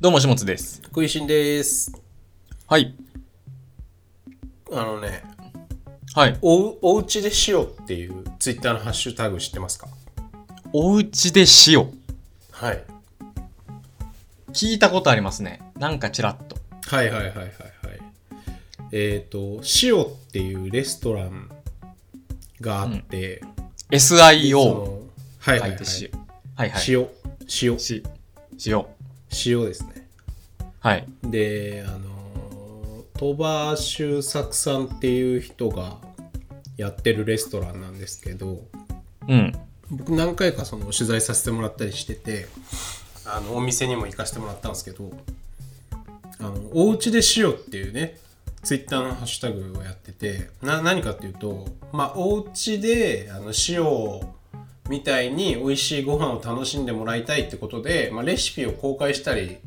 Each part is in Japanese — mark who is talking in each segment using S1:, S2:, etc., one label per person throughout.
S1: どうも、しもつです。
S2: 食いしんです。
S1: はい。
S2: あのね、
S1: はい。
S2: おうおうちでしようっていうツイッターのハッシュタグ知ってますか
S1: おうちで塩。
S2: はい。
S1: 聞いたことありますね。なんかちらっと。
S2: はいはいはいはいはい。えっ、と、しおっていうレストランがあって、
S1: SIO。
S2: そのはい
S1: 書
S2: はい、
S1: い
S2: は
S1: て
S2: い。
S1: 塩。はいはい。
S2: 塩、塩、
S1: し塩。
S2: 塩ですね。
S1: はい。
S2: で、あのー、鳥羽周作さんっていう人がやってるレストランなんですけど、
S1: うん。
S2: 僕何回かその取材させてもらったりしててあのお店にも行かせてもらったんですけど「あのおうちでしよう」っていうねツイッターのハッシュタグをやっててな何かっていうと、まあ、おうちであの塩みたいに美味しいご飯を楽しんでもらいたいってことで、まあ、レシピを公開したり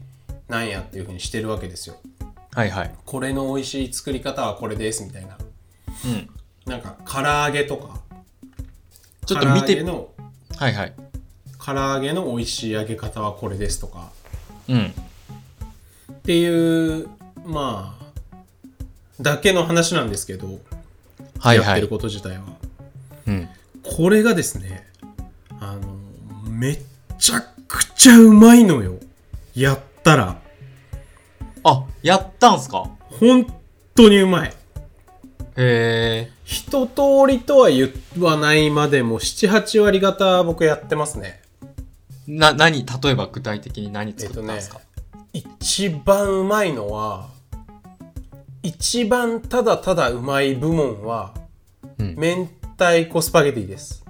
S2: なんやっていうふうにしてるわけですよ。
S1: はいはい。
S2: これの美味しい作り方はこれですみたいな
S1: うん。
S2: なんか唐揚げとか
S1: ちょっと見
S2: 唐揚げ
S1: て。
S2: の
S1: はいはい。
S2: 唐揚げの美味しい揚げ方はこれですとか
S1: うん。
S2: っていうまあだけの話なんですけど、
S1: はい
S2: やっ
S1: は
S2: てる
S1: い。
S2: こと自体は
S1: うん。
S2: これがですねあのめっちゃくちゃうまいのよやったら
S1: あ、やったんすか
S2: 本当にうまい
S1: へえ。
S2: 一通りとは言わないまでも78割方僕やってますね
S1: な、何、例えば具体的に何作ったんですか、
S2: 一番うまいのは一番ただただうまい部門は
S1: うん。
S2: 明太子スパゲティです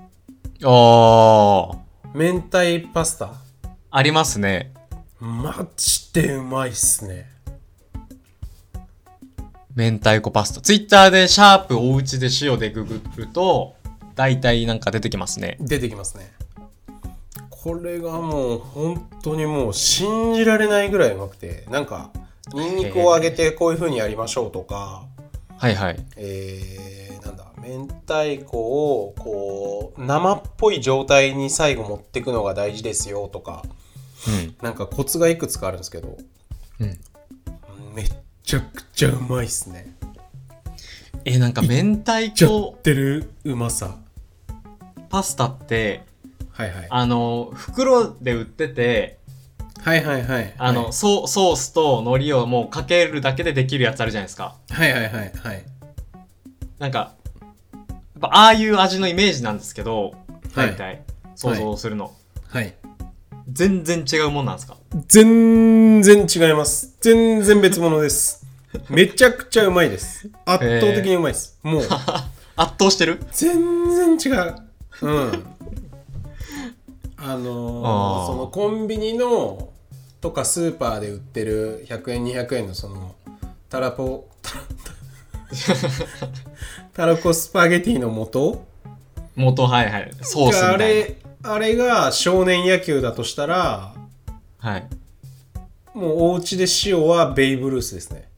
S1: あー。
S2: 明太パスタ
S1: ありますね。
S2: マジでうまいっすね
S1: 明太子パスタ。ツイッターで、シャープおうちで塩でググると、大体なんか出てきますね。
S2: 出てきますねこれがもう本当にもう信じられないぐらいうまくてなんかニンニクを揚げてこういう風にやりましょうとか
S1: はいはい。
S2: えー、なんだ明太子をこう生っぽい状態に最後持ってくのが大事ですよとかなんかコツがいくつかあるんですけど
S1: うん。うん。
S2: めっちゃくちゃうまいっすね
S1: え、なんか明太
S2: ちゃ
S1: 子
S2: ってるうまさ
S1: パスタって、
S2: はいはい
S1: あの、袋で売ってて、
S2: はいはいはい
S1: あの、ソソースと海苔をもうかけるだけでできるやつあるじゃないですか。
S2: はいはいはいはい
S1: なんか、やっぱああいう味のイメージなんですけど、
S2: はい
S1: 大体、想像するの。
S2: はい
S1: 全然違うもんなんですか
S2: 全然違います全然別物ですめちゃくちゃうまいです圧倒的にうまいです、もう
S1: 圧倒してる
S2: 全然違ううんあのー
S1: あー
S2: そのコンビニのとかスーパーで売ってる100円200円のそのたらこた らたらこスパゲティの素
S1: 元、はいはい。ソース
S2: じゃああ
S1: みたい
S2: れあれが少年野球だとしたら
S1: な。はい。
S2: もうお家で塩はベイブルースですね。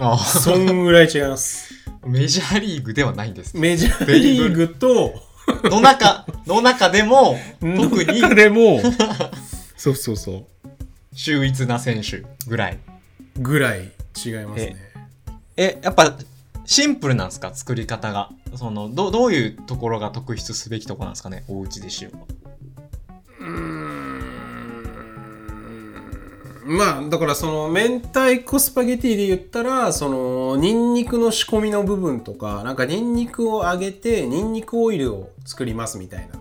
S1: あ
S2: そんぐらい違い ます。
S1: あ、メジャーリーグではないんです。
S2: メジャーリーグと、
S1: の中、の中でも、特に
S2: 中でも、そうそうそ
S1: 秀逸な選手ぐらい。
S2: う。ぐらい違いますね。
S1: え、やっぱ、シンプルなんですか作り方が。その、ど、どういうところが特筆すべきところなんですかねおうちでしよ
S2: まあ、だからその、明太子スパゲティで言ったら、その、ニンニクの仕込みの部分とか、なんかニンニクを揚げて、ニンニクオイルを作りますみたいな。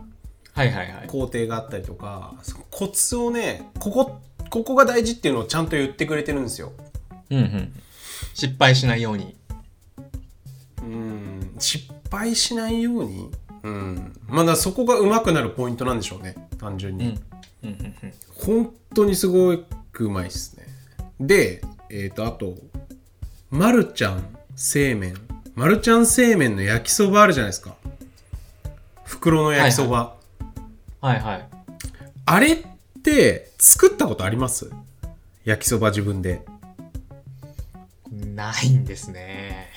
S1: はいはいはい。
S2: 工程があったりとかそのコツをねここここが大事っていうのをちゃんと言ってくれてるんですよ
S1: うんうん。失敗しないように。
S2: うん失敗しないようにうんまあだからそこが上手くなるポイントなんでしょうね単純
S1: うん。う
S2: に、
S1: んうんうん。
S2: 本当にすごくうまいですねでえっ、とあとマルちゃん製麺マルちゃん製麺の焼きそばあるじゃないですか袋の焼きそば、
S1: はいはい。
S2: あれって作ったことあります焼きそば自分で
S1: ないんですね。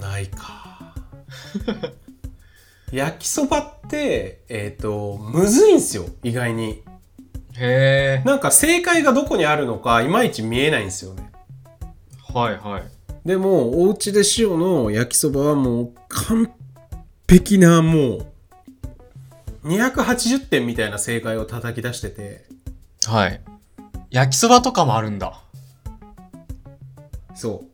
S2: ない か焼きそばってえっ、とむずいんすよ意外に
S1: へえ
S2: なんか正解がどこにあるのかいまいち見えないんですよね
S1: はいはい
S2: でもお家で塩の焼きそばはもう完璧なもう280点みたいな正解を叩き出してて
S1: はい焼きそばとかもあるんだ
S2: そ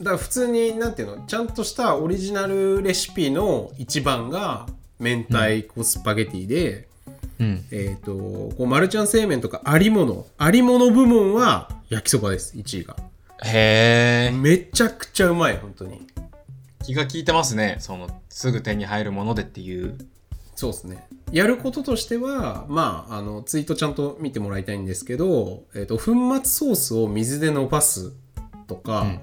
S2: うだから普通になんていうのちゃんとしたオリジナルレシピの一番が明太子スパゲティで、
S1: うん
S2: えっ、と、こう、マルちゃん製麺とか、ありもの。ありもの部門は、焼きそばです、1位が。
S1: へえ
S2: めちゃくちゃうまい、本当に。
S1: 気が利いてますねそのすぐ手に入るものでっていう
S2: そうですね。やることとしては、まあ、あの、ツイートちゃんと見てもらいたいんですけど、えっ、と、粉末ソースを水で伸ばすとか、
S1: うん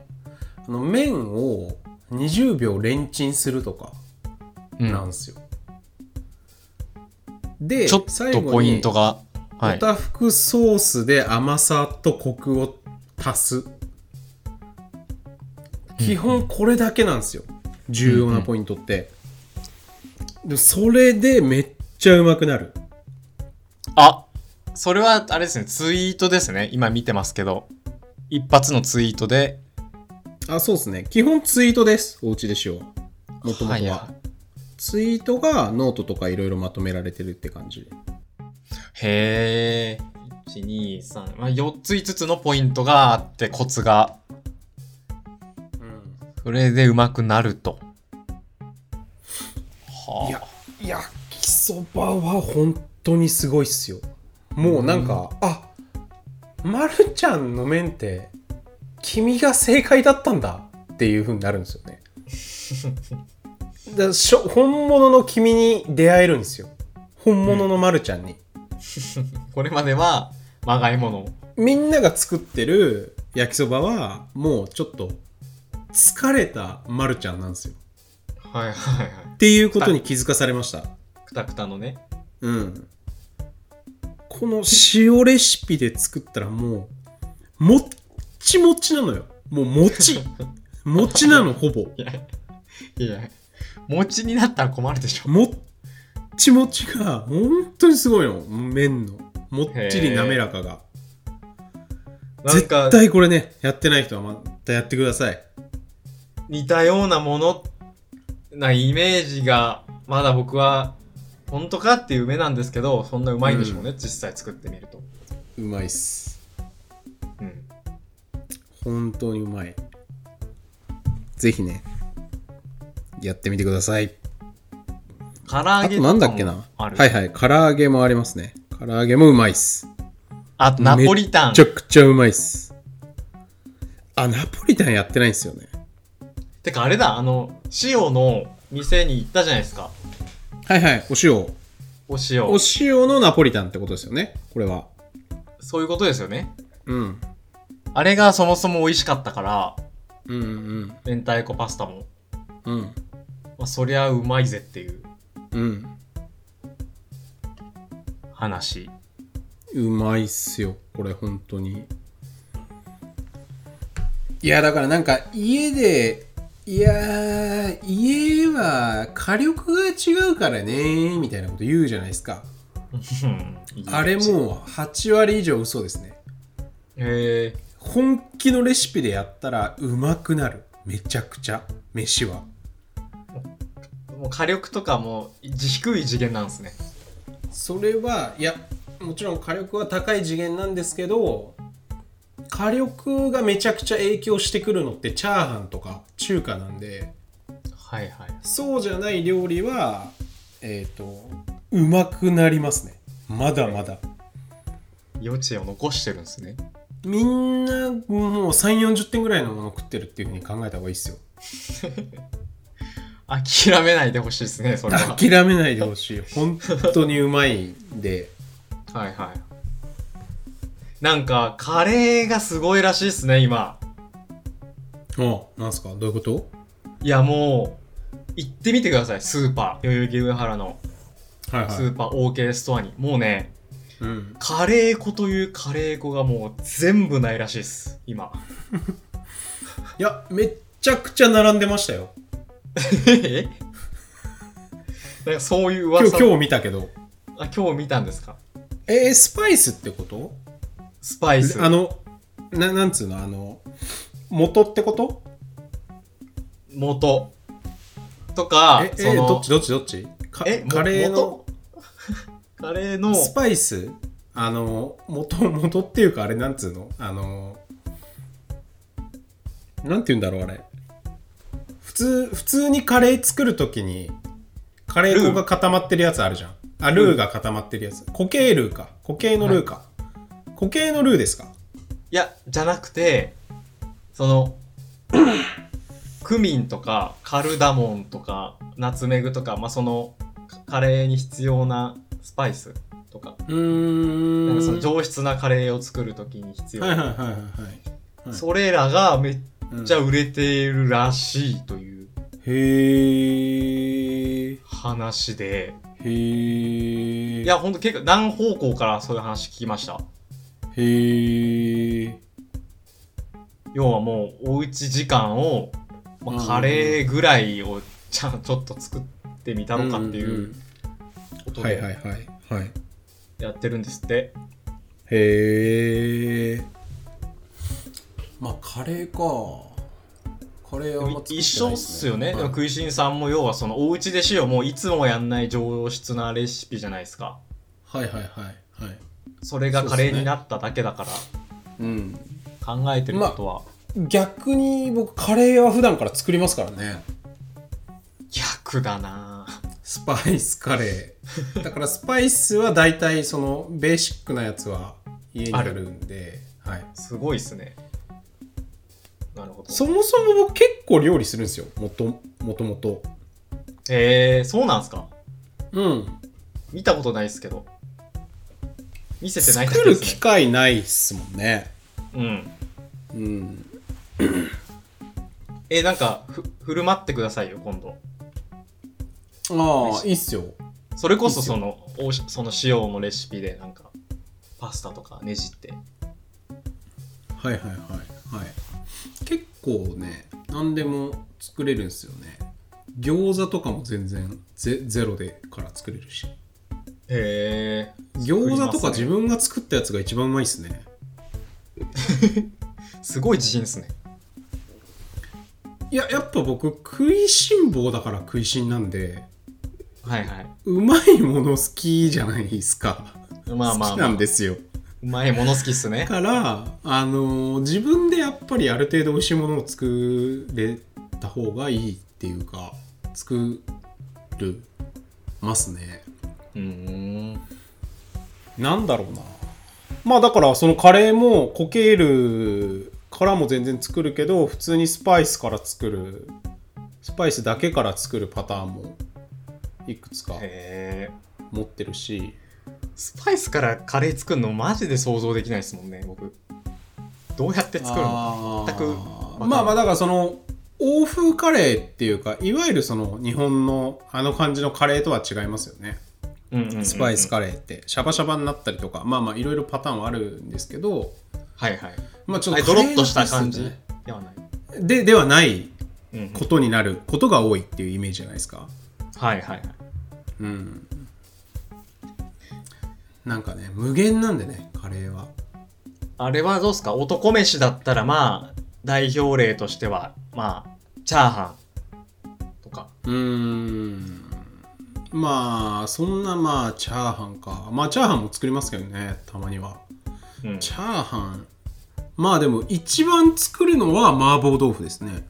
S2: あの、麺を20秒レンチンするとか、
S1: う
S2: なん
S1: ん
S2: ですよ。で、
S1: ちょっ
S2: 最
S1: と
S2: 後
S1: ポイン
S2: に
S1: トがは
S2: お
S1: い
S2: たふくソースで甘さとコクを足す基本これだけなんですよ重要なポイントって、でもそれでめっちゃうまくなる
S1: あそれはあれですねツイートですね今見てますけど一発のツイートで
S2: あそうですね基本ツイートですおうちでしようもともとは、
S1: いは
S2: ツイートがノートとかいろいろまとめられてるって感じ
S1: いへえ123、まあ、4つ5つのポイントがあってコツがそれでうまくなるとはい
S2: や焼きそばは本当にすごいっすよもうなんか、あまるちゃんの麺って君が正解だったんだっていう風になるんですよね だからしょ本物の君に出会えるんですよ本物のまるちゃんに、
S1: これまではまがいもの
S2: みんなが作ってる焼きそばはもうちょっと疲れたまるちゃんなんですよ
S1: はいはいはい
S2: っていうことに気づかされました
S1: くたくたのね
S2: うん、この塩レシピで作ったらもうもっちもちなのよもうもち もちなのほぼ
S1: いやいや餅になったら困るでしょ
S2: もっちもちが本当にすごいの麺のもっちり滑らかが
S1: なんか
S2: 絶対これねやってない人はまたやってください
S1: 似たようなものなイメージがまだ僕は本当かっていう目なんですけどそんなうまいんでしょうね、実際作ってみると、
S2: うまいっす
S1: うん、
S2: 本当にうまいぜひねやってみてください
S1: 唐揚げ
S2: あとなんだっけな
S1: ある、
S2: はいはい唐揚げもありますね唐揚げもうまいっす
S1: あとナポリタン
S2: めちゃくちゃうまいっす。あ、ナポリタンやってないんですよね。
S1: てかあれだあの塩の店に行ったじゃないですか
S2: はいはい、お塩。
S1: お塩
S2: お塩のナポリタンってことですよね、これは。
S1: そういうことですよね
S2: うん。
S1: あれがそもそも美味しかったから
S2: うんうん
S1: 明太子パスタも、
S2: うん。うん。
S1: まあ、そりゃうまいぜっていう
S2: うん。
S1: 話
S2: うまいっすよ、これ、本当に。いや、だからなんか、家で、いやー、家は火力が違うからね、みたいなこと言うじゃないですか。あれもう8割以上嘘ですね。
S1: へえ
S2: 本気のレシピでやったらうまくなるめちゃくちゃ飯は
S1: もう火力とかも低い次元なんですね
S2: それはいやもちろん火力は高い次元なんですけど火力がめちゃくちゃ影響してくるのってチャーハンとか中華なんで
S1: はいはい
S2: そうじゃない料理はえっ、とうまくなりますねまだまだ
S1: 余地を残してるんですね
S2: みんなもう3 4 0点ぐらいのもの食ってるっていうふうに考えた方がいいですよ
S1: 諦めないでほしいですねそれは
S2: 諦めないでほしい本当にうまいんで
S1: はいはいなんかカレーがすごいらしいですね今
S2: あなんすかどういうこと
S1: いやもう行ってみてくださいスーパー代々木上原の
S2: はい
S1: スーパー OK ストアに、もうね
S2: うん、
S1: カレー粉というカレー粉がもう全部ないらしいです今
S2: いやめっちゃくちゃ並んでましたよ
S1: え なんかそういう
S2: 今
S1: 噂
S2: 日今日見たけど
S1: あ今日見たんですか
S2: えースパイスってこと
S1: スパイス
S2: あのななんつうのあの元ってこと
S1: 元とか
S2: ええ
S1: その
S2: どっちどっちどっちか
S1: え
S2: カレーの
S1: 元 カレーの
S2: スパイスあの元元っていうかあれなんつうのあのなんて言うんだろうあれ普通普通にカレー作るときにカレー粉が固まってるやつあるじゃんあルーが固まってるやつ固形ルーか固形のルーか、固形のルーですか
S1: いやじゃなくてその クミンとかカルダモンとかナツメグとか、まあ、そのカカレーに必要なスパイスとか
S2: う
S1: なん
S2: ー
S1: かそ
S2: ん
S1: の上質なカレーを作るときに必要
S2: はいはいはいはいはい
S1: それらがめっ
S2: うん
S1: ちゃ売れてるらしいという
S2: へえ
S1: 話で、
S2: へえ
S1: いやほんと結構何方向からそういう話聞きました
S2: へえ
S1: 要はもうおうち時間を、まあ、カレーぐらいをちゃんちょっと作ってみたのかっていうこと
S2: はいはい
S1: で
S2: はいはい
S1: やってるんですって
S2: へえまあカレーかカレーあんま作ってない
S1: 一緒っすよね、
S2: はい
S1: でも食いしんさんも要はそのおうちでしようもういつもやんない上質なレシピじゃないですか
S2: はいはいはいはい
S1: それがカレーになっただけだから、
S2: うん
S1: 考えてることは、
S2: 逆に僕カレーは普段から作りますからね
S1: 逆だなぁ
S2: スパイスカレ ーだからスパイスは大体そのベーシックなやつは家にあるんではい
S1: すごいっすねなるほど
S2: そもそも僕結構料理するんですよもともともと
S1: へえそうなんすか
S2: うん
S1: 見たことないっすけど見せてないだ
S2: 作
S1: けで
S2: る
S1: すね
S2: 機会ないっすもんね
S1: うん
S2: うん
S1: えなんかふ振る舞ってくださいよ今度
S2: ああいいっすよ
S1: それこそそのおしその塩のレシピでなんかパスタとかねじって
S2: はいはいはいはい結構ね何でも作れるんですよね餃子とかも全然ゼゼロでから作れるし
S1: へえ
S2: 餃子とか自分が作ったやつが一番うまいっすね
S1: すごい自信っすね
S2: いややっぱ僕食いしん坊だから食いしんなんで
S1: はいはいう
S2: まいもの好きじゃないですか
S1: まあまあ、
S2: 好
S1: ま
S2: きな
S1: あ、
S2: んですすよ
S1: うまいもの好きっすね
S2: だから、あのー自分でやっぱりある程度美味しいものを作れた方がいいっていうか作るますね
S1: うーん
S2: なんだろうなまあだからそのカレーもコケールからも全然作るけど普通にスパイスから作るスパイスだけから作るパターンもいくつか
S1: へえ
S2: 持ってるし
S1: スパイスからカレー作るのマジで想像できないですもんね僕どうやって作るの
S2: あー
S1: 全くわかんない
S2: まあまあだからその欧風カレーっていうかいわゆるその日本のあの感じのカレーとは違いますよね
S1: うんうんうんうん
S2: スパイスカレーってシャバシャバになったりとかまあまあいろいろパターンはあるんですけど
S1: はいはい
S2: まあちょ
S1: あ
S2: っ
S1: れ
S2: と
S1: ド
S2: カ
S1: ロ
S2: レ
S1: ッ
S2: ー
S1: とした感
S2: の
S1: じ
S2: テ
S1: ではない、
S2: イスねでではない
S1: うんうん
S2: ことになることが多いっていうイメージじゃないですか
S1: はいはいはい
S2: うんなんかね無限なんでねカレーは
S1: あれはどうですか男飯だったらまあ代表例としてはまあチャーハンとか
S2: うーんまあそんなまあチャーハンかまあチャーハンも作りますけどねたまには
S1: うん
S2: チャーハンまあでも一番作るのは麻婆豆腐ですね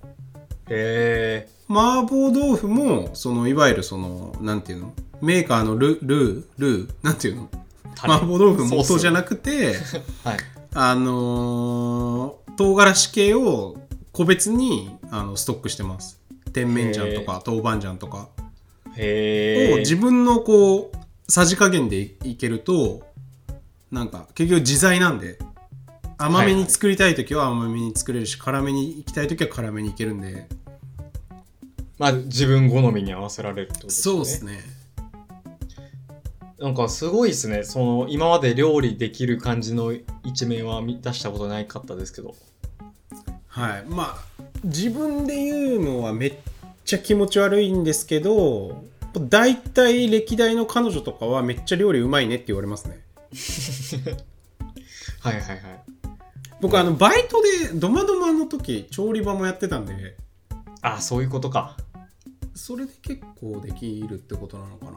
S1: へ
S2: 麻婆豆腐もそのいわゆるそのなんていうのメーカーのルルールーなんていうの
S1: ータレ
S2: 麻婆豆腐
S1: ソー
S2: も
S1: ス
S2: そうじゃなくて
S1: はい
S2: あのー唐辛子系を個別にあのストックしてます甜麺醤とか豆板醤とか
S1: へ
S2: を
S1: え
S2: 自分のこうさじ加減でいいけるとなんか結局自在なんで甘めに作りたい時は甘めに作れるし、辛めに行きたい時は辛めにいけるんで
S1: まあ自分好みに合わせられるってことですね
S2: そうですね
S1: なんかすごいですねその今まで料理できる感じの一面は見出したことないかったですけど
S2: はいまあ自分で言うのはめっちゃ気持ち悪いんですけど大体歴代の彼女とかはめっちゃ料理うまいねって言われますね
S1: はいはいはい。
S2: 僕あのバイトでドマドマの時調理場もやってたんで
S1: ああ、そういうことか。
S2: それで結構できるってことなのかな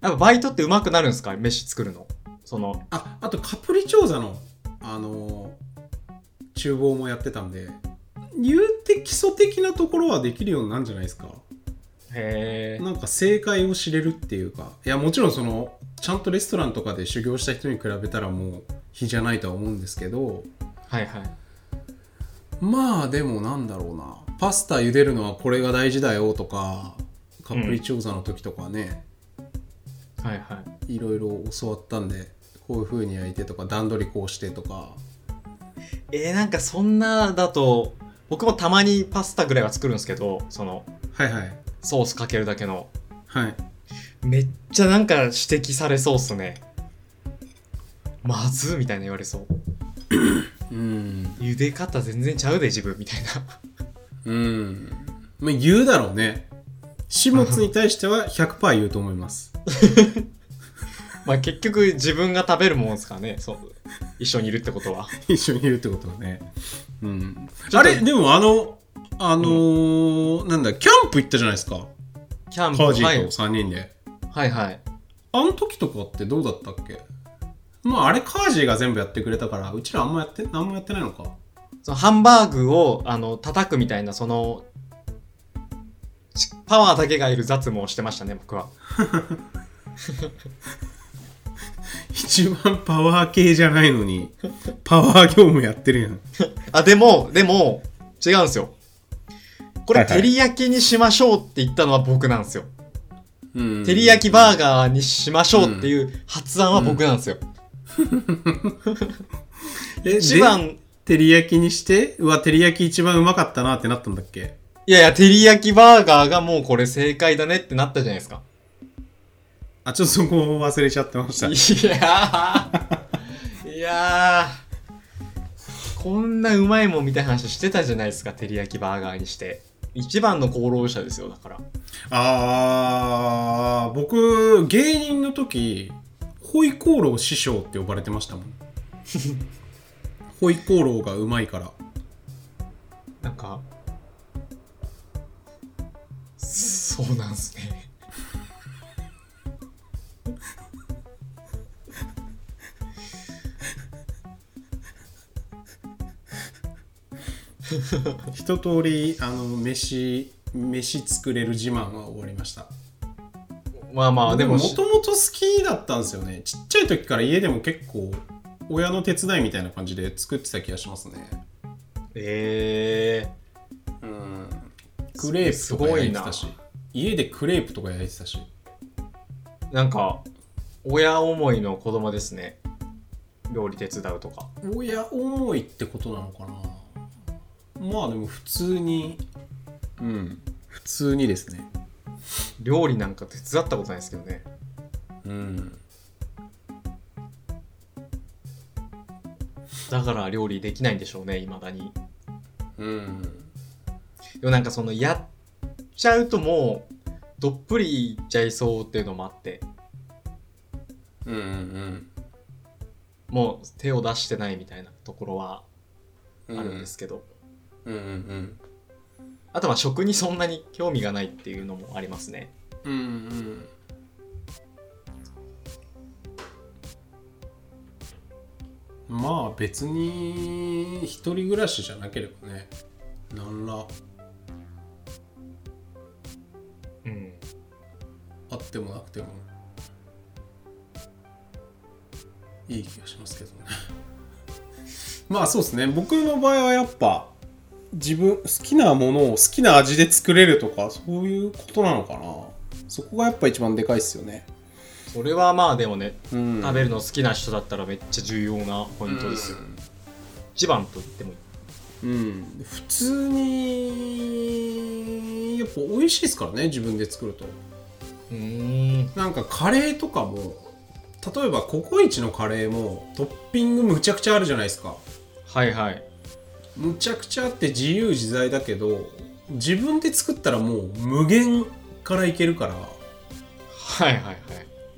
S1: やっぱバイトってうまくなるんですか飯作るの。その、
S2: ああとカプリチョーザのあのー厨房もやってたんで言うて基礎的なところはできるようになるんじゃないですか
S1: へえ。
S2: なんか正解を知れるっていうかいやもちろんそのちゃんとレストランとかで修行した人に比べたらもう比じゃないとは思うんですけど
S1: はいはい。
S2: まあでもなんだろうなパスタ茹でるのはこれが大事だよとかカプリチョーザの時とかね、
S1: はいはい。
S2: いろいろ教わったんでこういう風に焼いてとか段取りこうしてとか
S1: えー、なんかそんなだと僕もたまにパスタぐらいは作るんですけどその
S2: はいはい
S1: ソースかけるだけの
S2: はい
S1: めっちゃなんか指摘されそうっすねまずみたいな言われそう
S2: うん
S1: 茹で方全然ちゃうで自分みたいな
S2: うん。まあ、言うだろうね。始末に対しては100%言うと思います。
S1: まあ結局自分が食べるもんですからねそう一緒にいるってことは
S2: 一緒にいるってことはね。うん。
S1: ちょっと
S2: あれ、でもあの、あのーなんだ、キャンプ行ったじゃないですか。
S1: キャンプ
S2: カージ
S1: は
S2: ー
S1: い
S2: と3人で。
S1: はいはい
S2: あの時とかってどうだったっけまあ、あれカージーが全部やってくれたから、うちらあんまやって、何もやってないのか。
S1: そのハンバーグをあの叩くみたいなそのちパワーだけがいる雑務をしてましたね僕は
S2: 一番パワー系じゃない のに、パワー業務やってるやん。
S1: あ、でも、でも、違うんですよ。これ、
S2: はいはい
S1: 照り焼きにしましょうって言ったのは僕なんですよ。
S2: うん
S1: 照り焼きバーガーにしましょうっていう発案は僕なんですよ。
S2: え
S1: 一番、
S2: 照り焼きにしてうわ照り焼き一番うまかったなってなったんだっけ
S1: いやいや、照り焼きバーガーがもうこれ正解だねってなったじゃないですか。
S2: あちょっとそこ忘れちゃってました
S1: いやー、いやー、こんなうまいもんみたいな話してたじゃないですか、照り焼きバーガーにして。一番の功労者ですよ、だから。
S2: あー僕芸人の時ホイコーロー師匠って呼ばれて ましたもんホイコーローがうまいから
S1: なんか、そうなんすね。
S2: 一通りあの飯飯作れる自慢は終わりました
S1: まあまあ、でも、
S2: もともと好きだったんですよねちっちゃい時から家でも結構親の手伝いみたいな感じで作ってた気がしますね
S1: え
S2: うんクレープとか焼いてたし
S1: すご
S2: 家でクレープとか焼いてたし
S1: えなんか、親思いの子供ですね。料理手伝うとか。
S2: 親思いってことなのかなまあでも普通にうん普通にですね
S1: 料理なんか手伝ったことないですけどね。
S2: うん
S1: だから料理できないんでしょうね、未だに。
S2: うん
S1: でもなんかその、やっちゃうともう、どっぷりいっちゃいそうっていうのもあって、
S2: うんうん
S1: もう手を出してないみたいなところは
S2: う
S1: あるんですけど。
S2: うんうん
S1: あとは食にそんなに興味がないっていうのもありますね。
S2: うんうんまあ別に一人暮らしじゃなければねなんら
S1: うん。
S2: あってもなくてもいい気がしますけどね まあそうですね僕の場合はやっぱ自分好きなものを好きな味で作れるとかそういうことなのかなそこがやっぱ一番でかいっすよね、
S1: それはまあでもね、
S2: うん、
S1: 食べるの好きな人だったらめっちゃ重要なポイントですよ。一番と言ってもいい。
S2: うん、うん普通にやっぱ美味しいですからね自分で作ると
S1: うーん。
S2: なんかカレーとかも例えばココイチのカレーもトッピングむちゃくちゃあるじゃないですか
S1: はいはい。
S2: むちゃくちゃあって自由自在だけど自分で作ったらもう無限からいけるから
S1: はいはいはい。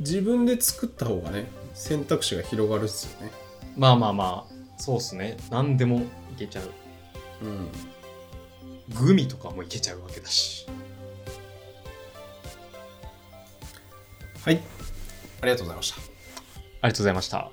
S2: 自分で作った方がね選択肢が広がるっすよね
S1: まあまあまあ、そうっすね。何でもいけちゃう。
S2: うん
S1: グミとかもいけちゃうわけだし。
S2: はいありがとうございました
S1: ありがとうございました。